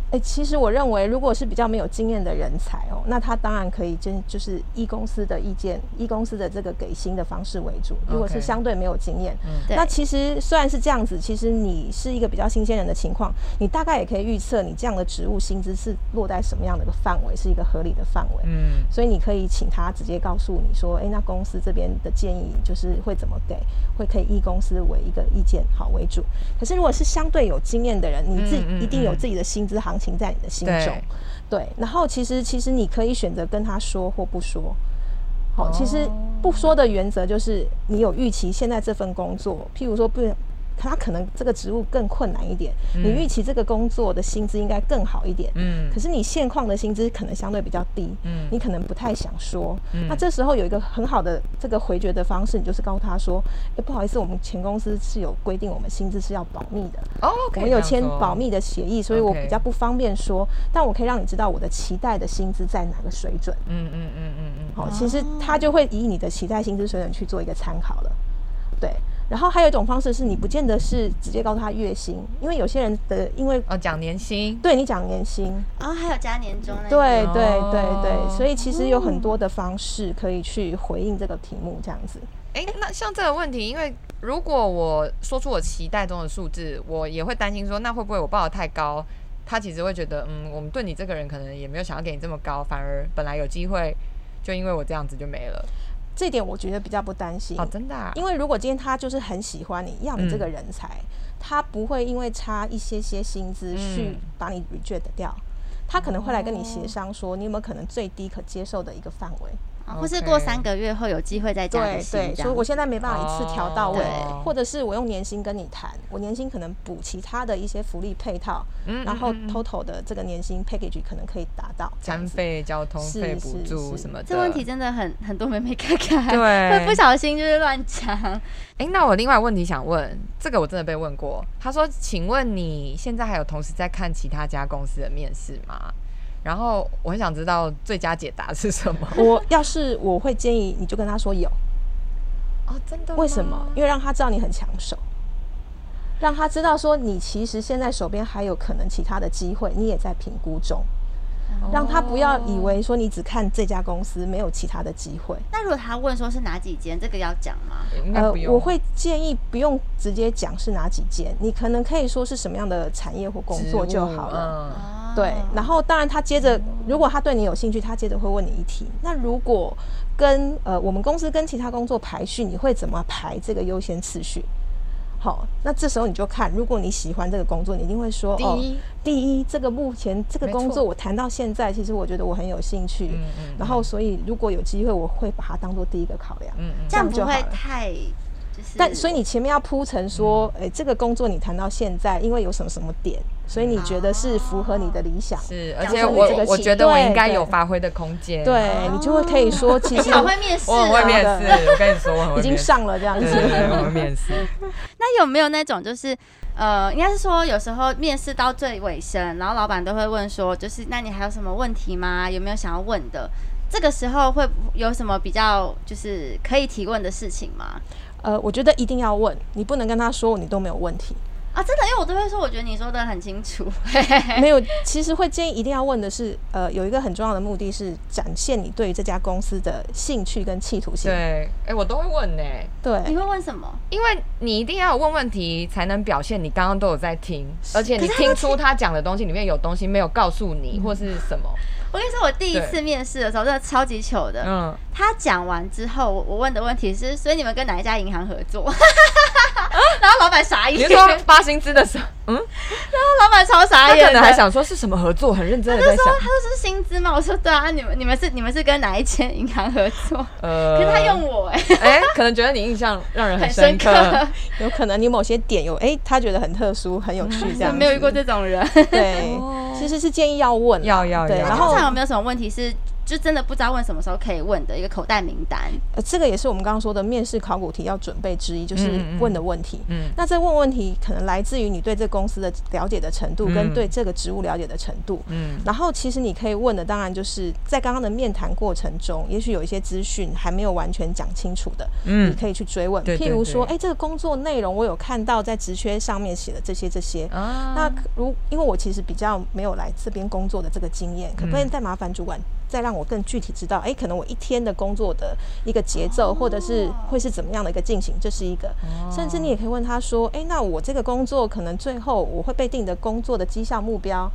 Speaker 3: 哎、其实我认为，如果是比较没有经验的人才哦，那他当然可以就就是依公司的意见，依公司的这个给薪的方式为主。如果是
Speaker 1: OK
Speaker 3: 相对没有经验
Speaker 1: 嗯
Speaker 2: 对
Speaker 3: 那其实虽然是这样子，其实你是一个比较新鲜人的情况，你大概也可以预测你这样的职务薪资是落在什么样的一个范围，是一个合理的范围。
Speaker 1: 嗯，
Speaker 3: 所以你可以请他直接告诉你说，诶，哎那公司这边的建议就是会怎么给，会可以以公司为一个意见好为主。可是如果是相对有经验的人，你自己
Speaker 1: 嗯嗯
Speaker 3: 一定有
Speaker 1: 嗯
Speaker 3: 自己的薪资行情在你的心中，
Speaker 1: 对，
Speaker 3: 对。然后其实其实你可以选择跟他说或不说。好，其
Speaker 1: 哦
Speaker 3: 实不说的原则就是你有预期现在这份工作，譬如说不。他可能这个职务更困难一点，你
Speaker 1: 嗯
Speaker 3: 预期这个工作的薪资应该更好一点，
Speaker 1: 嗯
Speaker 3: 可是你现况的薪资可能相对比较低，
Speaker 1: 嗯
Speaker 3: 你可能不太想说。
Speaker 1: 嗯
Speaker 3: 那这时候有一个很好的这个回绝的方式，你就是告诉他说：“哎、不好意思，我们前公司是有规定，我们薪资是要保密的，
Speaker 1: 哦，
Speaker 3: 我
Speaker 1: 可以
Speaker 3: 们有
Speaker 1: 这样
Speaker 3: 签
Speaker 1: 说
Speaker 3: 保密的协议，所以我
Speaker 1: OK
Speaker 3: 比较不方便说，但我可以让你知道我的期待的薪资在哪个水准。
Speaker 1: 嗯嗯嗯嗯嗯，
Speaker 3: 好、其实他就会以你的期待薪资水准去做一个参考了。对。然后还有一种方式是你不见得是直接告诉他月薪，因为有些人的因为
Speaker 1: 哦，讲年薪，
Speaker 3: 对你讲年薪，
Speaker 2: 然后哦还有加年终那
Speaker 3: 对
Speaker 2: 个
Speaker 3: 对对
Speaker 1: 哦
Speaker 3: 对，所以其实有很多的方式可以去回应这个题目，这样子。
Speaker 1: 诶，那像这个问题，因为如果我说出我期待中的数字，我也会担心说，那会不会我报的太高？他其实会觉得，嗯，我们对你这个人可能也没有想要给你这么高，反而本来有机会，就因为我这样子就没了。
Speaker 3: 这点我觉得比较不担心
Speaker 1: 哦，，真的、啊，
Speaker 3: 因为如果今天他就是很喜欢你，要你
Speaker 1: 嗯
Speaker 3: 这个人才，他不会因为差一些些薪资去
Speaker 1: 嗯
Speaker 3: 把你 reject 掉。他可能会来跟你
Speaker 1: 哦
Speaker 3: 协商，说你有没有可能最低可接受的一个范围？
Speaker 2: 啊或是过三个月后有机会再加个
Speaker 3: 对
Speaker 2: 薪
Speaker 3: 对，
Speaker 2: 这
Speaker 3: 所以
Speaker 2: 样
Speaker 3: 我。现在没办法一次调到位
Speaker 1: 哦，
Speaker 3: 或者是我用年薪跟你谈，我年薪可能补其他的一些福利配套，
Speaker 1: 嗯
Speaker 3: 然后
Speaker 1: 嗯嗯
Speaker 3: total 的这个年薪 package 可能可以达到这样
Speaker 1: 餐
Speaker 3: 子
Speaker 1: 费、交通费
Speaker 3: 是
Speaker 1: 补
Speaker 3: 是
Speaker 1: 助
Speaker 3: 是
Speaker 1: 什么的。
Speaker 2: 这问题真的很 很多妹妹看看，
Speaker 1: 对
Speaker 2: 会不小心就是乱讲。
Speaker 1: 诶，那我另外问题想问，这个我真的被问过。他说：“请问你现在还有同时在看其他家公司的面试吗？”然后我很想知道最佳解答是什么。
Speaker 3: 我要是我会建议你就跟他说有，
Speaker 1: 哦，真的？
Speaker 3: 为什么？？因为让他知道你很抢手，让他知道说你其实现在手边还有可能其他的机会，你也在评估中，让他不要以为说你只看这家公司，没有其他的机会。
Speaker 2: 那如果他问说是哪几间，这个要讲吗？
Speaker 1: 应该
Speaker 3: 呃
Speaker 1: 不，用。
Speaker 3: 我会建议不用直接讲是哪几间，你可能可以说是什么样的产业或工作就好了。
Speaker 1: 了。
Speaker 3: 对，
Speaker 2: 哦
Speaker 3: 然后当然他接着，如果他对你有兴趣，他接着会问你一题。那如果跟呃我们公司跟其他工作排序，你会怎么排这个优先次序？好，那这时候你就看，如果你喜欢这个工作，你一定会说
Speaker 1: 第
Speaker 3: 哦，
Speaker 1: 一，
Speaker 3: 第一，这个目前这个
Speaker 1: 没
Speaker 3: 工
Speaker 1: 错
Speaker 3: 作我谈到现在，其实我觉得我很有兴趣。
Speaker 1: 嗯嗯
Speaker 3: 然后所以如果有机会，我会把它当做第一个考量。
Speaker 1: 嗯嗯
Speaker 2: 这样
Speaker 3: 这
Speaker 2: 不
Speaker 3: 样就好
Speaker 2: 会
Speaker 3: 了
Speaker 2: 太就是。
Speaker 3: 但所以你前面要铺陈说，
Speaker 1: 嗯
Speaker 3: 诶、这个工作你谈到现在，因为有什么什么点，所以你觉得是符合你的理想。
Speaker 1: 是，而
Speaker 2: 讲
Speaker 1: 且
Speaker 2: 说你
Speaker 1: 我
Speaker 2: 这
Speaker 3: 个
Speaker 1: 我
Speaker 3: 期
Speaker 1: 觉得我
Speaker 3: 对
Speaker 1: 应该
Speaker 3: 对
Speaker 1: 有发挥的空间。，
Speaker 3: 对你就会可以说，其
Speaker 2: 而
Speaker 3: 实
Speaker 2: 且我会面试
Speaker 1: 我很会
Speaker 2: 哦
Speaker 1: 面试，我跟你说，我 很会
Speaker 3: 已经
Speaker 1: 面试。
Speaker 3: 上了这样
Speaker 1: 对
Speaker 3: 子。
Speaker 1: 对对，我会面试。
Speaker 2: 那有没有那种就是，呃，应该是说有时候面试到最尾声，然后老板都会问说，就是那你还有什么问题吗？有没有想要问的？这个时候会有什么比较就是可以提问的事情吗？
Speaker 3: 呃，我觉得一定要问，你不能跟他说你都没有问题。
Speaker 2: 啊，真的，因为我都会说，我觉得你说的很 清楚。
Speaker 3: 没有，其实会建议一定要问的是，呃，有一个很重要的目的是展现你对于这家公司的兴趣跟企图心。
Speaker 1: 对，哎，我都会问呢、
Speaker 3: 对
Speaker 2: 你会问什么？
Speaker 1: 因为你一定要有问问题，才能表现你刚刚都有在听，而且你
Speaker 2: 可是他
Speaker 1: 听出他讲的东西里面有东西没有告诉你，或是什 么。
Speaker 2: 我跟你说，我第一次
Speaker 1: 对
Speaker 2: 面试的时候真的超级糗的。
Speaker 1: 嗯，
Speaker 2: 他讲完之后，我我问的问题是，所以你们跟哪一家银行合 作？ 然后老板傻
Speaker 1: 你
Speaker 2: 眼，
Speaker 1: 是
Speaker 2: 然后
Speaker 1: 说发薪资的时候，嗯，
Speaker 2: 老板超傻
Speaker 1: 他
Speaker 2: 眼的，
Speaker 1: 可能还想说是什么合作，很认真的在想。
Speaker 2: 他说是薪资吗？我说对啊，你们你们是你们是跟哪一间银行合作？
Speaker 1: 呃
Speaker 2: 可是他用我哎、
Speaker 1: 哎、可能觉得你印象让人
Speaker 2: 很
Speaker 1: 深
Speaker 2: 深
Speaker 1: 刻。
Speaker 2: 刻，
Speaker 3: 有可能你某些点有，诶，他觉得很特殊、很有趣这样
Speaker 2: 嗯没有遇过
Speaker 3: 子
Speaker 2: 这种人。
Speaker 3: 对，其实是建议要问啦，
Speaker 1: 哦要要
Speaker 3: 对，
Speaker 1: 要
Speaker 3: 然
Speaker 2: 通
Speaker 3: 后
Speaker 2: 常有没有什么问题是就真的不知道问什么时候可以问的一个口袋名单。
Speaker 3: 呃，这个也是我们刚刚说的面试考古题要准备之一，就是
Speaker 1: 嗯嗯嗯
Speaker 3: 问的问题。
Speaker 1: 嗯
Speaker 3: 那这问问题可能来自于你对这公司的了解的程度，跟
Speaker 1: 嗯
Speaker 3: 对这个职务了解的程度。
Speaker 1: 嗯
Speaker 3: 然后其实你可以问的，当然就是在刚刚的面谈过程中，也许有一些资讯还没有完全讲清楚的，你
Speaker 1: 嗯
Speaker 3: 可以去追问。
Speaker 1: 对对
Speaker 3: 譬如说，
Speaker 1: 对
Speaker 3: 哎、这个工作内容我有看到在职缺上面写的这些这些。
Speaker 1: 啊
Speaker 3: 那可如因为我其实比较没有来这边工作的这个经验，可不可以
Speaker 1: 嗯
Speaker 3: 再麻烦主管再让我更具体知道？哎、可能我一天的工作的一个节奏，或者是会是怎么样的一个进行，这是一个。
Speaker 1: 哦
Speaker 3: 甚至你也可以问他说：“诶，那我这个工作可能最后我会被定的工作的绩效目标，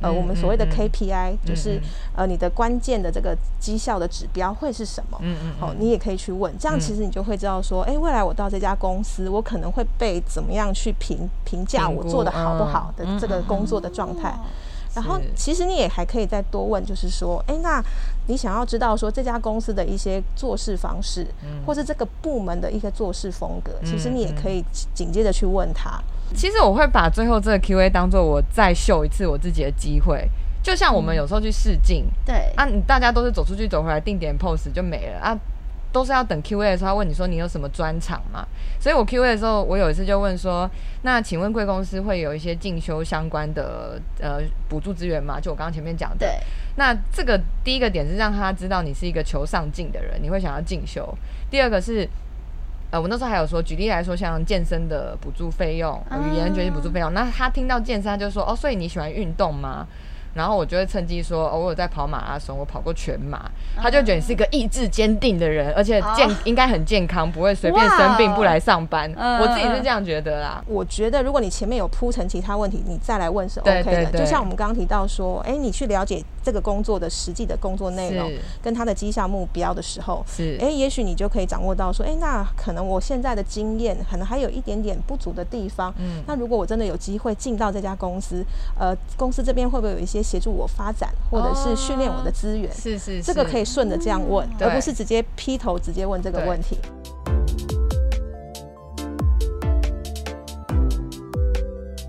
Speaker 3: 呃，
Speaker 1: 嗯
Speaker 3: 我们所谓的
Speaker 1: 嗯嗯
Speaker 3: KPI，、就是
Speaker 1: 嗯
Speaker 3: 呃你的关键的这个绩效的指标会是什么？”
Speaker 1: 嗯嗯
Speaker 3: 哦，你也可以去问，这样
Speaker 1: 嗯
Speaker 3: 其实你就会知道说，诶，未来我到这家公司，我可能会被怎么样去评评价
Speaker 1: 评
Speaker 3: 我
Speaker 1: 估
Speaker 3: 做的好不
Speaker 1: 嗯
Speaker 3: 好的
Speaker 1: 嗯
Speaker 3: 这个
Speaker 1: 嗯
Speaker 3: 工作的状态。
Speaker 2: 哦
Speaker 3: 然后
Speaker 1: 是
Speaker 3: 其实你也还可以再多问，就是说，哎，那你想要知道说这家公司的一些做事方式，或是这个部门的一些做事风格，其实
Speaker 1: 嗯
Speaker 3: 你也可以紧紧接着去问他。
Speaker 1: 其实我会把最后这个 Q&A 当做我再秀一次我自己的机会，就像我们有时候去试镜、
Speaker 3: 嗯
Speaker 2: 对，
Speaker 1: 啊，你大家都是走出去走回来定点 pose 就没了啊，都是要等 Q&A 的时候他问你说你有什么专长嘛，所以我 Q&A 的时候，我有一次就问说，那请问贵公司会有一些进修相关的呃补助资源吗？就我刚刚前面讲的，
Speaker 2: 对，
Speaker 1: 那这个第一个点是让他知道你是一个求上进的人，你会想要进修。第二个是，呃，我那时候还有说，举例来说，像健身的补助费用、
Speaker 3: 啊
Speaker 1: 呃语言学习补助费用，那他听到健身，他就说，哦，所以你喜欢运动吗？然后我就会趁机说，哦，我有在跑马拉松，我跑过全马，
Speaker 3: 啊
Speaker 1: 他就觉得你是一个意志坚定的人，而且健、
Speaker 2: 哦
Speaker 1: 应该很健康，不会随便生病
Speaker 2: 哇
Speaker 1: 不来上班。
Speaker 2: 嗯
Speaker 1: 我自己是这样觉得啦。
Speaker 3: 我觉得，如果你前面有铺成其他问题，你再来问是
Speaker 1: 对
Speaker 3: OK 的。
Speaker 1: 对对
Speaker 3: 就像我们刚刚提到说，哎，你去了解这个工作的实际的工作内容
Speaker 1: 是
Speaker 3: 跟他的绩效目标的时候，
Speaker 1: 是，
Speaker 3: 哎，也许你就可以掌握到说，哎，那可能我现在的经验可能还有一点点不足的地方。
Speaker 1: 嗯
Speaker 3: 那如果我真的有机会进到这家公司，呃，公司这边会不会有一些协助我发展，或者是训练我的资源？
Speaker 1: 是是是，
Speaker 3: 这个可以顺着这样问，
Speaker 1: 对
Speaker 3: 而不是直接劈头直接问这个
Speaker 1: 对
Speaker 3: 问题。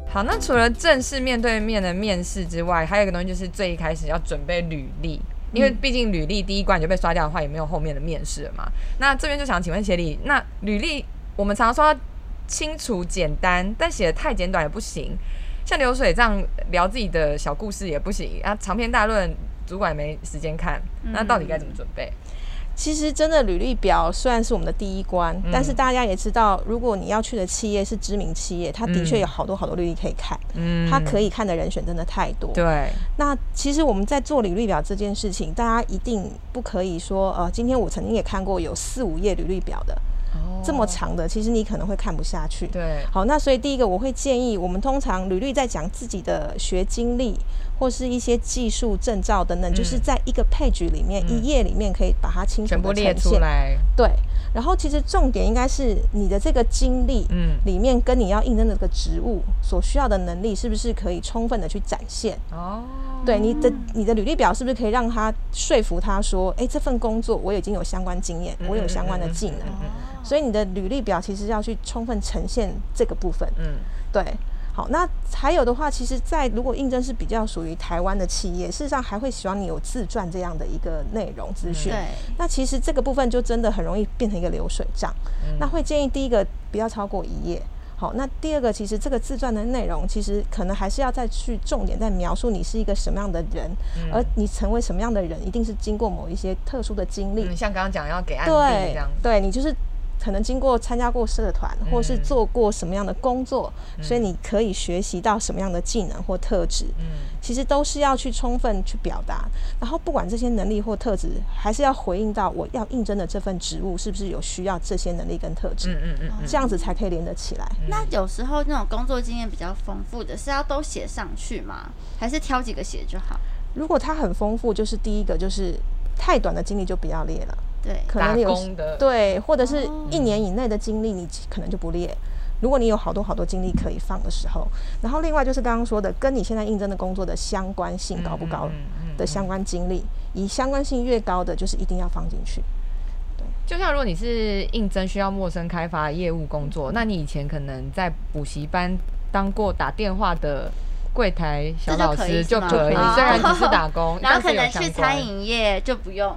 Speaker 1: 好，那除了正式面对面的面试之外，还有一个东西就是最一开始要准备履历，
Speaker 3: 嗯
Speaker 1: 因为毕竟履历第一关你就被刷掉的话，也没有后面的面试了嘛。那这边就想请问协理，那履历我们常说要清楚简单，但写的太简短也不行，像流水账聊自己的小故事也不行啊，长篇大论主管也没时间看，那到底该怎么准备？
Speaker 3: 其实真的履历表虽然是我们的第一关，
Speaker 1: 嗯
Speaker 3: 但是大家也知道，如果你要去的企业是知名企业，它的
Speaker 1: 嗯
Speaker 3: 确有好多好多履历可以看，
Speaker 1: 嗯
Speaker 3: 它可以看的人选真的太多。
Speaker 1: 对，
Speaker 3: 那其实我们在做履历表这件事情，大家一定不可以说，呃，今天我曾经也看过有四五页履历表的，这么长的，其实你可能会看不下去。
Speaker 1: 哦对，
Speaker 3: 好，那所以第一个我会建议，我们通常履历在讲自己的学经历或是一些技术证照等等，
Speaker 1: 嗯
Speaker 3: 就是在一个配局里面、一页里面可以把它清楚
Speaker 1: 全部
Speaker 3: 的
Speaker 1: 列
Speaker 3: 呈
Speaker 1: 出
Speaker 3: 现。
Speaker 1: 来，
Speaker 3: 对，然后其实重点应该是你的这个经历。
Speaker 1: 嗯，
Speaker 3: 里面跟你要应征的这个职务所需要的能力，是不是可以充分的去展现？
Speaker 1: 哦，
Speaker 3: 对你的你的履历表是不是可以让他说服他说，诶，这份工作我已经有相关经
Speaker 1: 嗯
Speaker 3: 验，我有相关的技能，
Speaker 2: 嗯
Speaker 3: 所以你的履历表其实要去充分呈现这个部分。
Speaker 1: 嗯，
Speaker 3: 对，好，那还有的话，其实，在如果应征是比较属于台湾的企业，事实上还会希望你有自传这样的一个内容资讯。
Speaker 2: 嗯对，
Speaker 3: 那其实这个部分就真的很容易变成一个流水账。
Speaker 1: 嗯
Speaker 3: 那会建议第一个不要超过一页。好，那第二个其实这个自传的内容，其实可能还是要再去重点再描述你是一个什么样的人，
Speaker 1: 嗯
Speaker 3: 而你成为什么样的人，一定是经过某一些特殊的经历。
Speaker 1: 嗯，像刚刚讲要给案例这
Speaker 3: 对
Speaker 1: 样，
Speaker 3: 对，你就是可能经过参加过社团，或是
Speaker 1: 嗯
Speaker 3: 做过什么样的工作，所以你可以学习到什么样的技能或特质。
Speaker 1: 嗯，
Speaker 3: 其实都是要去充分去表达，然后不管这些能力或特质，还是要回应到我要应征的这份职务是不是有需要这些能力跟特质，
Speaker 1: 嗯嗯嗯嗯，
Speaker 3: 这样子才可以连得起来。
Speaker 2: 那有时候那种工作经验比较丰富的是要都写上去吗？还是挑几个写就好？
Speaker 3: 如果它很丰富，就是第一个就是太短的经历就不要列了，
Speaker 2: 对，
Speaker 3: 可
Speaker 1: 打
Speaker 3: 能你有
Speaker 1: 工的，
Speaker 3: 对，或者是一年以内的经历，你可能就不列。如果你有好多好多经历可以放的时候，然后另外就是刚刚说的，跟你现在应征的工作的相关性高不高
Speaker 1: 嗯
Speaker 3: 的相关经历，以相关性越高的，就是一定要放进去。
Speaker 1: 就像如果你是应征需要陌生开发业务工作，那你以前可能在补习班当过打电话的柜台小
Speaker 2: 这就
Speaker 1: 老
Speaker 2: 可以
Speaker 1: 师
Speaker 2: 是
Speaker 1: 就
Speaker 2: 吗
Speaker 1: 可以，
Speaker 2: 哦
Speaker 1: 虽然只是打工，
Speaker 2: 然后
Speaker 1: 但是
Speaker 2: 可
Speaker 1: 有
Speaker 2: 能去
Speaker 1: 相
Speaker 2: 餐
Speaker 1: 关
Speaker 2: 饮业就不用。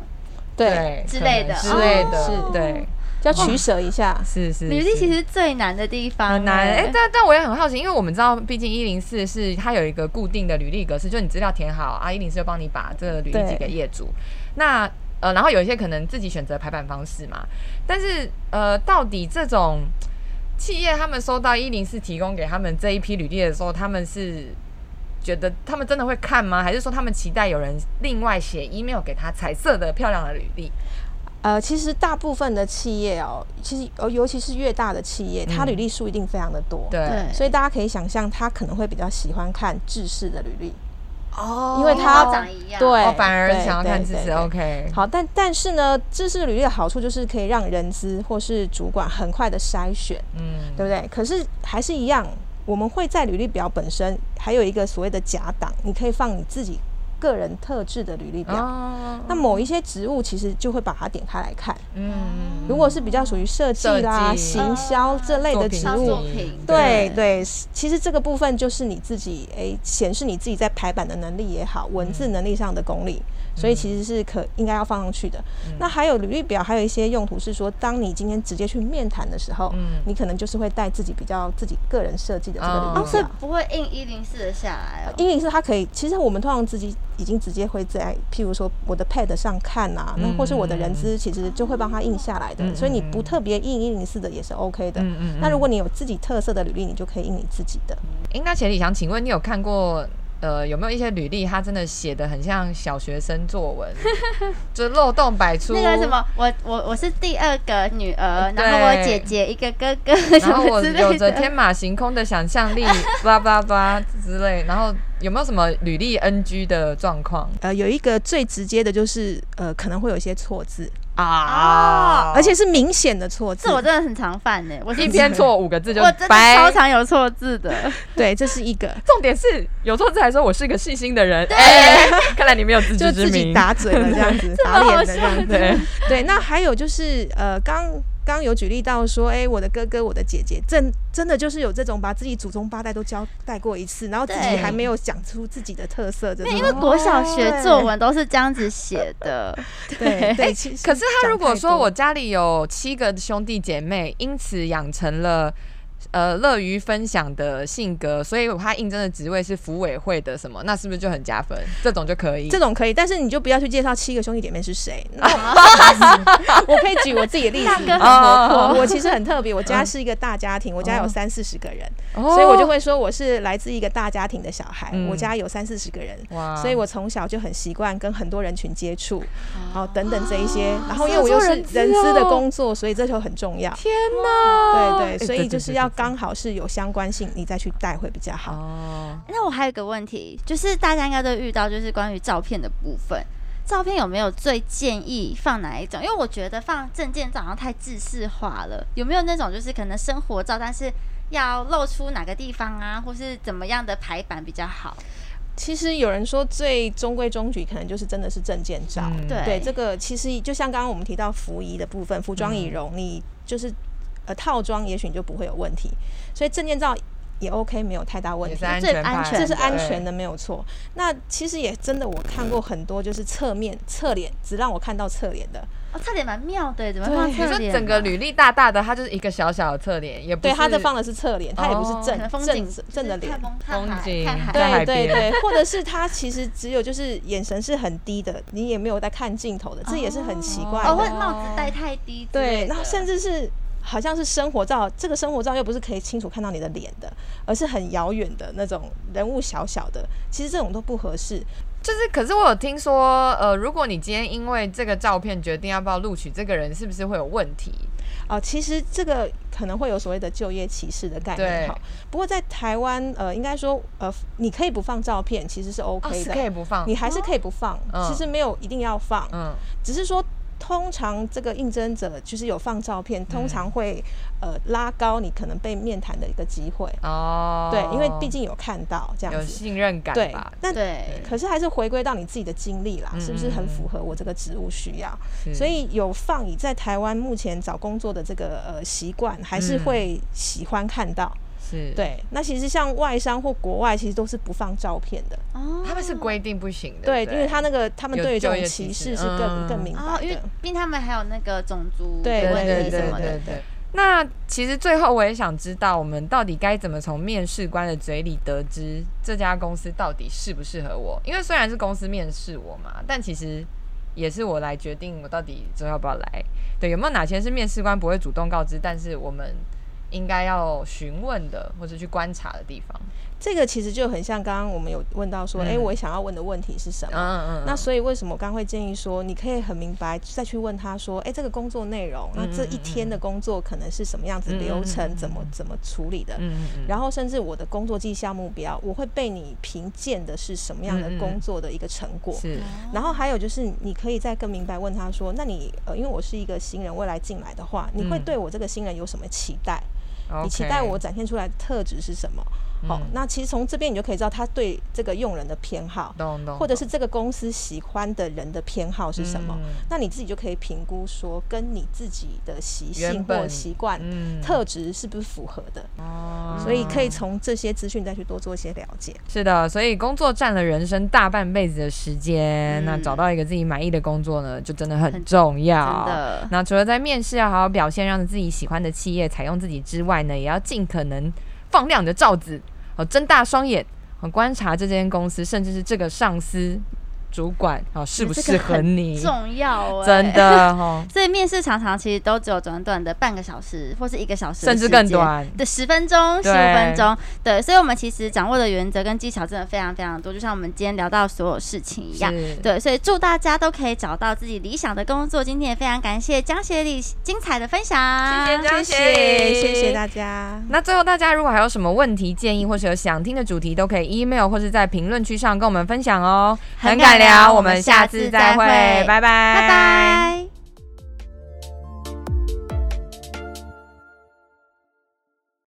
Speaker 1: 对
Speaker 2: 之
Speaker 1: 可
Speaker 2: 类
Speaker 1: 能
Speaker 2: 的
Speaker 1: 之类的，
Speaker 3: 哦
Speaker 1: 对，
Speaker 3: 就要取舍一下。
Speaker 1: 是是。
Speaker 2: 履历
Speaker 1: 是
Speaker 2: 其实最难的地方、
Speaker 1: 很难哎、
Speaker 2: 欸
Speaker 1: 但但我也很好奇，因为我们知道，毕竟一零四是它有一个固定的履历格式，就是你资料填好啊，一零四就帮你把这个履历
Speaker 3: 对
Speaker 1: 寄给业主。那呃，然后有一些可能自己选择排版方式嘛，但是呃，到底这种企业他们收到一零四提供给他们这一批履历的时候，他们是觉得他们真的会看吗？还是说他们期待有人另外写 email 给他彩色的漂亮的履历？
Speaker 3: 呃，其实大部分的企业哦，其实呃，尤其是越大的企业，它
Speaker 1: 嗯
Speaker 3: 履历数一定非常的多。
Speaker 1: 对，
Speaker 2: 对，
Speaker 3: 所以大家可以想象，他可能会比较喜欢看制式的履历，
Speaker 1: 哦
Speaker 3: 因为它
Speaker 2: 都长一样。
Speaker 3: 对
Speaker 1: 哦，反而
Speaker 3: 对
Speaker 1: 想要看
Speaker 3: 对
Speaker 1: 支
Speaker 3: 对
Speaker 1: 持
Speaker 3: 对
Speaker 1: OK。
Speaker 3: 好，但但是呢，制式履历的好处就是可以让人资或是主管很快的筛选，
Speaker 1: 嗯，
Speaker 3: 对不对？可是还是一样，我们会在履历表本身还有一个所谓的假档，你可以放你自己个人特质的履历表。
Speaker 1: 哦，
Speaker 3: 那某一些职务其实就会把它点开来看，
Speaker 1: 嗯，
Speaker 3: 如果是比较属于设计啦、
Speaker 1: 设计嗯
Speaker 3: 行销这类的
Speaker 1: 作
Speaker 3: 职
Speaker 1: 品
Speaker 2: 像
Speaker 3: 务
Speaker 2: 作，品
Speaker 3: 对对，是其实这个部分就是你自己诶，显示你自己在排版的能力也好，文字能力上的功力，
Speaker 1: 嗯
Speaker 3: 所以其实是可应该要放上去的。那还有履历表，还有一些用途是说，当你今天直接去面谈的时候，
Speaker 1: 嗯
Speaker 3: 你可能就是会带自己比较自己个人设计的这
Speaker 1: 哦
Speaker 3: 个
Speaker 2: 哦，
Speaker 3: 履
Speaker 2: 所
Speaker 3: 历
Speaker 2: 以
Speaker 3: 表。
Speaker 2: 不会印一零四的下来哦。
Speaker 3: 英语是它可以，其实我们通常自己已经直接会在，譬如说我的 Pad 上看啊，那或是我的人资其实就会帮他印下来的，
Speaker 1: 嗯嗯嗯
Speaker 3: 所以你
Speaker 1: 嗯
Speaker 3: 不特别印一零四的也是 OK 的。
Speaker 1: 嗯嗯
Speaker 3: 那如
Speaker 1: 嗯
Speaker 3: 果你有自己特色的履历，你就可以印你自己的。
Speaker 1: 诶那钱理想，请问你有看过？呃，有没有一些履历，它真的写的很像小学生作 文，就漏洞百出？
Speaker 2: 那个什，么，我我我是第二个女儿，
Speaker 1: 对
Speaker 2: 然后我姐姐一个哥哥，什
Speaker 1: 然后
Speaker 2: 么
Speaker 1: 我
Speaker 2: 之类的。
Speaker 1: 有着天马行空的想象 力，叭叭叭之类。然后有没有什么履历 NG 的状况
Speaker 3: 呃，有一个最直接的就是，呃，可能会有一些错字，
Speaker 1: 啊？
Speaker 3: 而且是明显的错字
Speaker 2: 这。我真的很常犯呢、我是
Speaker 1: 一篇，错五个字就
Speaker 2: 我真的
Speaker 1: 白。
Speaker 2: 超常有错字 的。
Speaker 3: 对，这是一个，
Speaker 1: 重点是有错字还说我是个细心的人，哎，看来你没有自
Speaker 3: 就
Speaker 1: 知之
Speaker 3: 自己
Speaker 1: 明。
Speaker 3: 打嘴了 这样子，打
Speaker 2: 么好
Speaker 3: 脸的这样子。
Speaker 1: 对，
Speaker 3: 对，那还有就是呃，刚刚有举例到说，哎、我的哥哥、我的姐姐，真真的就是有这种把自己祖宗八代都交代过一次，然后自己
Speaker 2: 对
Speaker 3: 还没有讲出自己的特色这
Speaker 2: 没
Speaker 3: 种
Speaker 2: 有，因为国小学作文都是这样子写的。
Speaker 3: 对对，其实
Speaker 1: 哎可是他
Speaker 3: 讲
Speaker 1: 如果
Speaker 3: 太
Speaker 1: 说
Speaker 3: 多
Speaker 1: 我家里有七个兄弟姐妹，因此养成了呃乐于分享的性格，所以他应征的职位是服委会的什么，那是不是就很加分？这种就可以。
Speaker 3: 这种可以，但是你就不要去介绍七个兄弟姐妹是谁。那我我 可以举我自己的例子，
Speaker 2: 大哥
Speaker 1: 很活
Speaker 3: 我我其实很特别，我家是一个大家庭，我家有三四十个人，
Speaker 1: 哦
Speaker 3: 所以我就会说我是来自一个大家庭的小孩，
Speaker 1: 嗯
Speaker 3: 我家有三四十个人，
Speaker 1: 哇
Speaker 3: 所以我从小就很习惯跟很多人群接触，然后等等这一些，然后因为我又是人资的工作，所以这就很重要。
Speaker 1: 天啊哪，
Speaker 3: 对哎对，所以就是要
Speaker 1: 刚
Speaker 3: 刚好是有相关性，你再去带会比较好。
Speaker 1: 哦，
Speaker 2: 那我还有一个问题，就是大家应该都遇到，就是关于照片的部分。照片有没有最建议放哪一种？因为我觉得放证件照好像太制式化了。有没有那种就是可能生活照，但是要露出哪个地方啊，或是怎么样的排版比较好？
Speaker 3: 其实有人说最中规中矩，可能就是真的是证件照。
Speaker 1: 嗯
Speaker 2: 对
Speaker 3: 对，这个其实就像刚刚我们提到服仪的部分，服装仪容，你就是呃套装，也许你就不会有问题。所以证件照也 OK，没有太大问
Speaker 1: 也
Speaker 3: 题
Speaker 1: 是。安
Speaker 2: 最
Speaker 1: 全
Speaker 2: 安
Speaker 1: 版，
Speaker 2: 全
Speaker 3: 这
Speaker 2: 的
Speaker 3: 是安全的，没有错。那其实也真的，我看过很多就是侧面、侧脸，只让我看到侧脸的。
Speaker 2: 哦，侧脸蛮妙的，怎么
Speaker 3: 对
Speaker 2: 放
Speaker 1: 对。你
Speaker 2: 侧
Speaker 1: 说
Speaker 2: 脸啊？
Speaker 1: 整个履历大大的，它就是一个小小的侧脸，也不
Speaker 3: 对，
Speaker 1: 是
Speaker 3: 他的放的是侧脸，他也不是
Speaker 1: 哦
Speaker 2: 可
Speaker 3: 正
Speaker 2: 能风景
Speaker 3: 正正的
Speaker 2: 就是
Speaker 3: 脸
Speaker 2: 看。风看
Speaker 1: 风景
Speaker 2: 海，看海
Speaker 1: 在海
Speaker 3: 对对
Speaker 1: 边
Speaker 3: 对， 或者是他其实只有就是眼神是很低的，你也没有在看镜头的，这也是很奇怪的。
Speaker 2: 哦，或者帽子戴太低之类
Speaker 3: 对，
Speaker 2: 的，
Speaker 3: 然后甚至是好像是生活照，这个生活照又不是可以清楚看到你的脸的，而是很遥远的那种人物小小的，其实这种都不合适。
Speaker 1: 就是，可是我有听说，呃，如果你今天因为这个照片决定要不要录取这个人，是不是会有问题？
Speaker 3: 哦，其实这个可能会有所谓的就业歧视的概
Speaker 1: 对
Speaker 3: 念哈。不过在台湾，呃，应该说，呃，你可以不放照片，其实哦是 OK
Speaker 1: 哦是
Speaker 3: 的，
Speaker 1: 可以不放
Speaker 3: 你，还是可以不放，
Speaker 1: 嗯
Speaker 3: 其实没有一定要放，
Speaker 1: 嗯，
Speaker 3: 只是说。通常这个应征者就是有放照
Speaker 1: 嗯
Speaker 3: 片，通常会、呃拉高你可能被面谈的一个机会，
Speaker 1: 哦，
Speaker 3: 对，因为毕竟有看到这
Speaker 1: 有
Speaker 3: 样子，
Speaker 1: 信任感
Speaker 3: 对
Speaker 1: 吧。。
Speaker 3: 但
Speaker 2: 对。
Speaker 3: 可是还是回归到你自己的经历啦，
Speaker 1: 嗯
Speaker 3: 是不是很符合我这个职务需要？
Speaker 1: 是
Speaker 3: 所以有放
Speaker 1: 嗯
Speaker 3: 你在台湾目前找工作的这个呃习惯，还是会喜欢看到。
Speaker 1: 是，，
Speaker 3: 对，那其实像外商或国外，其实都是不放照片的。
Speaker 2: 哦，
Speaker 1: 他们是规定不行的，
Speaker 3: 对，
Speaker 1: 不
Speaker 3: 因为他那个他们
Speaker 1: 有
Speaker 3: 对于这
Speaker 1: 就
Speaker 3: 种
Speaker 1: 业
Speaker 3: 歧
Speaker 1: 歧
Speaker 3: 视
Speaker 1: 视
Speaker 3: 是更、
Speaker 1: 嗯
Speaker 3: 更明
Speaker 2: 哦，
Speaker 3: 白
Speaker 2: 因为
Speaker 3: 的。
Speaker 2: 毕竟他们还有那个种族
Speaker 3: 对
Speaker 2: 的
Speaker 1: 对
Speaker 2: 问
Speaker 1: 对
Speaker 2: 题
Speaker 1: 对
Speaker 2: 什么
Speaker 1: 对
Speaker 2: 的，
Speaker 1: 对。那其实最后我也想知道，我们到底该怎么从面试官的嘴里得知这家公司到底适不适合我？因为虽然是公司面试我嘛，但其实也是我来决定我到底之后要不要来。对，有没有哪些是面试官不会主动告知，但是我们应该要询问的或者去观察的地方？
Speaker 3: 这个其实就很像刚刚我们有问到说，哎、
Speaker 1: 嗯
Speaker 3: 我想要问的问题是什么？
Speaker 1: 嗯嗯，
Speaker 3: 那所以为什么我刚会建议说，你可以很明白再去问他说，哎、这个工作内容，那
Speaker 1: 嗯
Speaker 3: 这
Speaker 1: 嗯
Speaker 3: 一
Speaker 1: 嗯
Speaker 3: 天的工作可能是什么样子
Speaker 1: 嗯嗯
Speaker 3: 流
Speaker 1: 嗯嗯
Speaker 3: 程，怎么
Speaker 1: 嗯
Speaker 3: 怎么处理的？
Speaker 1: 嗯嗯，
Speaker 3: 然
Speaker 1: 后
Speaker 3: 后甚至我的工作绩效目标，我会被你评鉴的是什么样的
Speaker 1: 嗯嗯嗯
Speaker 3: 工作的一个成果？
Speaker 2: 哦
Speaker 1: 是
Speaker 3: 然后还有就是，你可以再更明白问他说，那你呃，因为我是一个新人，未来进来的话，你会
Speaker 1: 嗯
Speaker 3: 对我这个新人有什么期待？你
Speaker 1: OK
Speaker 3: 期待我展现出来的特质是什么？好、
Speaker 1: 嗯
Speaker 3: 那其实从这边你就可以知道他对这个用人的偏好，
Speaker 1: 懂懂，
Speaker 3: 或者
Speaker 1: 懂
Speaker 3: 是这个公司喜欢的人的偏好是什么？
Speaker 1: 嗯
Speaker 3: 那你自己就可以评估说，跟你自己的习性
Speaker 1: 原本
Speaker 3: 或习惯、
Speaker 1: 嗯
Speaker 3: 特质是不是符合的？
Speaker 1: 哦
Speaker 3: 所以可以从这些资讯再去多做一些了解。
Speaker 1: 是的，所以工作占了人生大半辈子的时间，
Speaker 2: 嗯
Speaker 1: 那找到一个自己满意的工作呢，就真的很
Speaker 2: 很
Speaker 1: 重要。
Speaker 2: 真。的，
Speaker 1: 那除了在面试要好好表现，让自己喜欢的企业采用自己之外呢，也要尽可能放亮你的罩子，哦，睁大双眼，哦，观察这间公司，甚至是这个上司、主管，哦，适不
Speaker 2: 这个
Speaker 1: 适合
Speaker 2: 很
Speaker 1: 你？
Speaker 2: 重要、欸，
Speaker 1: 真。的哦，
Speaker 2: 所以面试常常其实都只有短短的半个小时或是一个小时，
Speaker 1: 甚至更。短。
Speaker 2: 的十分钟、十
Speaker 1: 对
Speaker 2: 五分钟，对，所以我们其实掌握的原则跟技巧真的非常非常多，就像我们今天聊到所有事情一样。
Speaker 1: 是，
Speaker 2: 对，所以祝大家都可以找到自己理想的工作。今天也非常感谢江协理精彩的分享，
Speaker 1: 谢谢江
Speaker 3: 谢谢，谢谢大家。
Speaker 1: 那最后，大家如果还有什么问题、建议，或是有想听的主题，都可以 email 或是在评论区上跟我们分享哦。
Speaker 2: 很
Speaker 1: 很
Speaker 2: 敢
Speaker 1: 敢
Speaker 2: 聊
Speaker 1: 聊，
Speaker 2: 我
Speaker 1: 我
Speaker 2: 们
Speaker 1: 们
Speaker 2: 下
Speaker 1: 下
Speaker 2: 次
Speaker 1: 次
Speaker 2: 再
Speaker 1: 再
Speaker 2: 会
Speaker 1: 会，拜拜，
Speaker 2: 拜拜。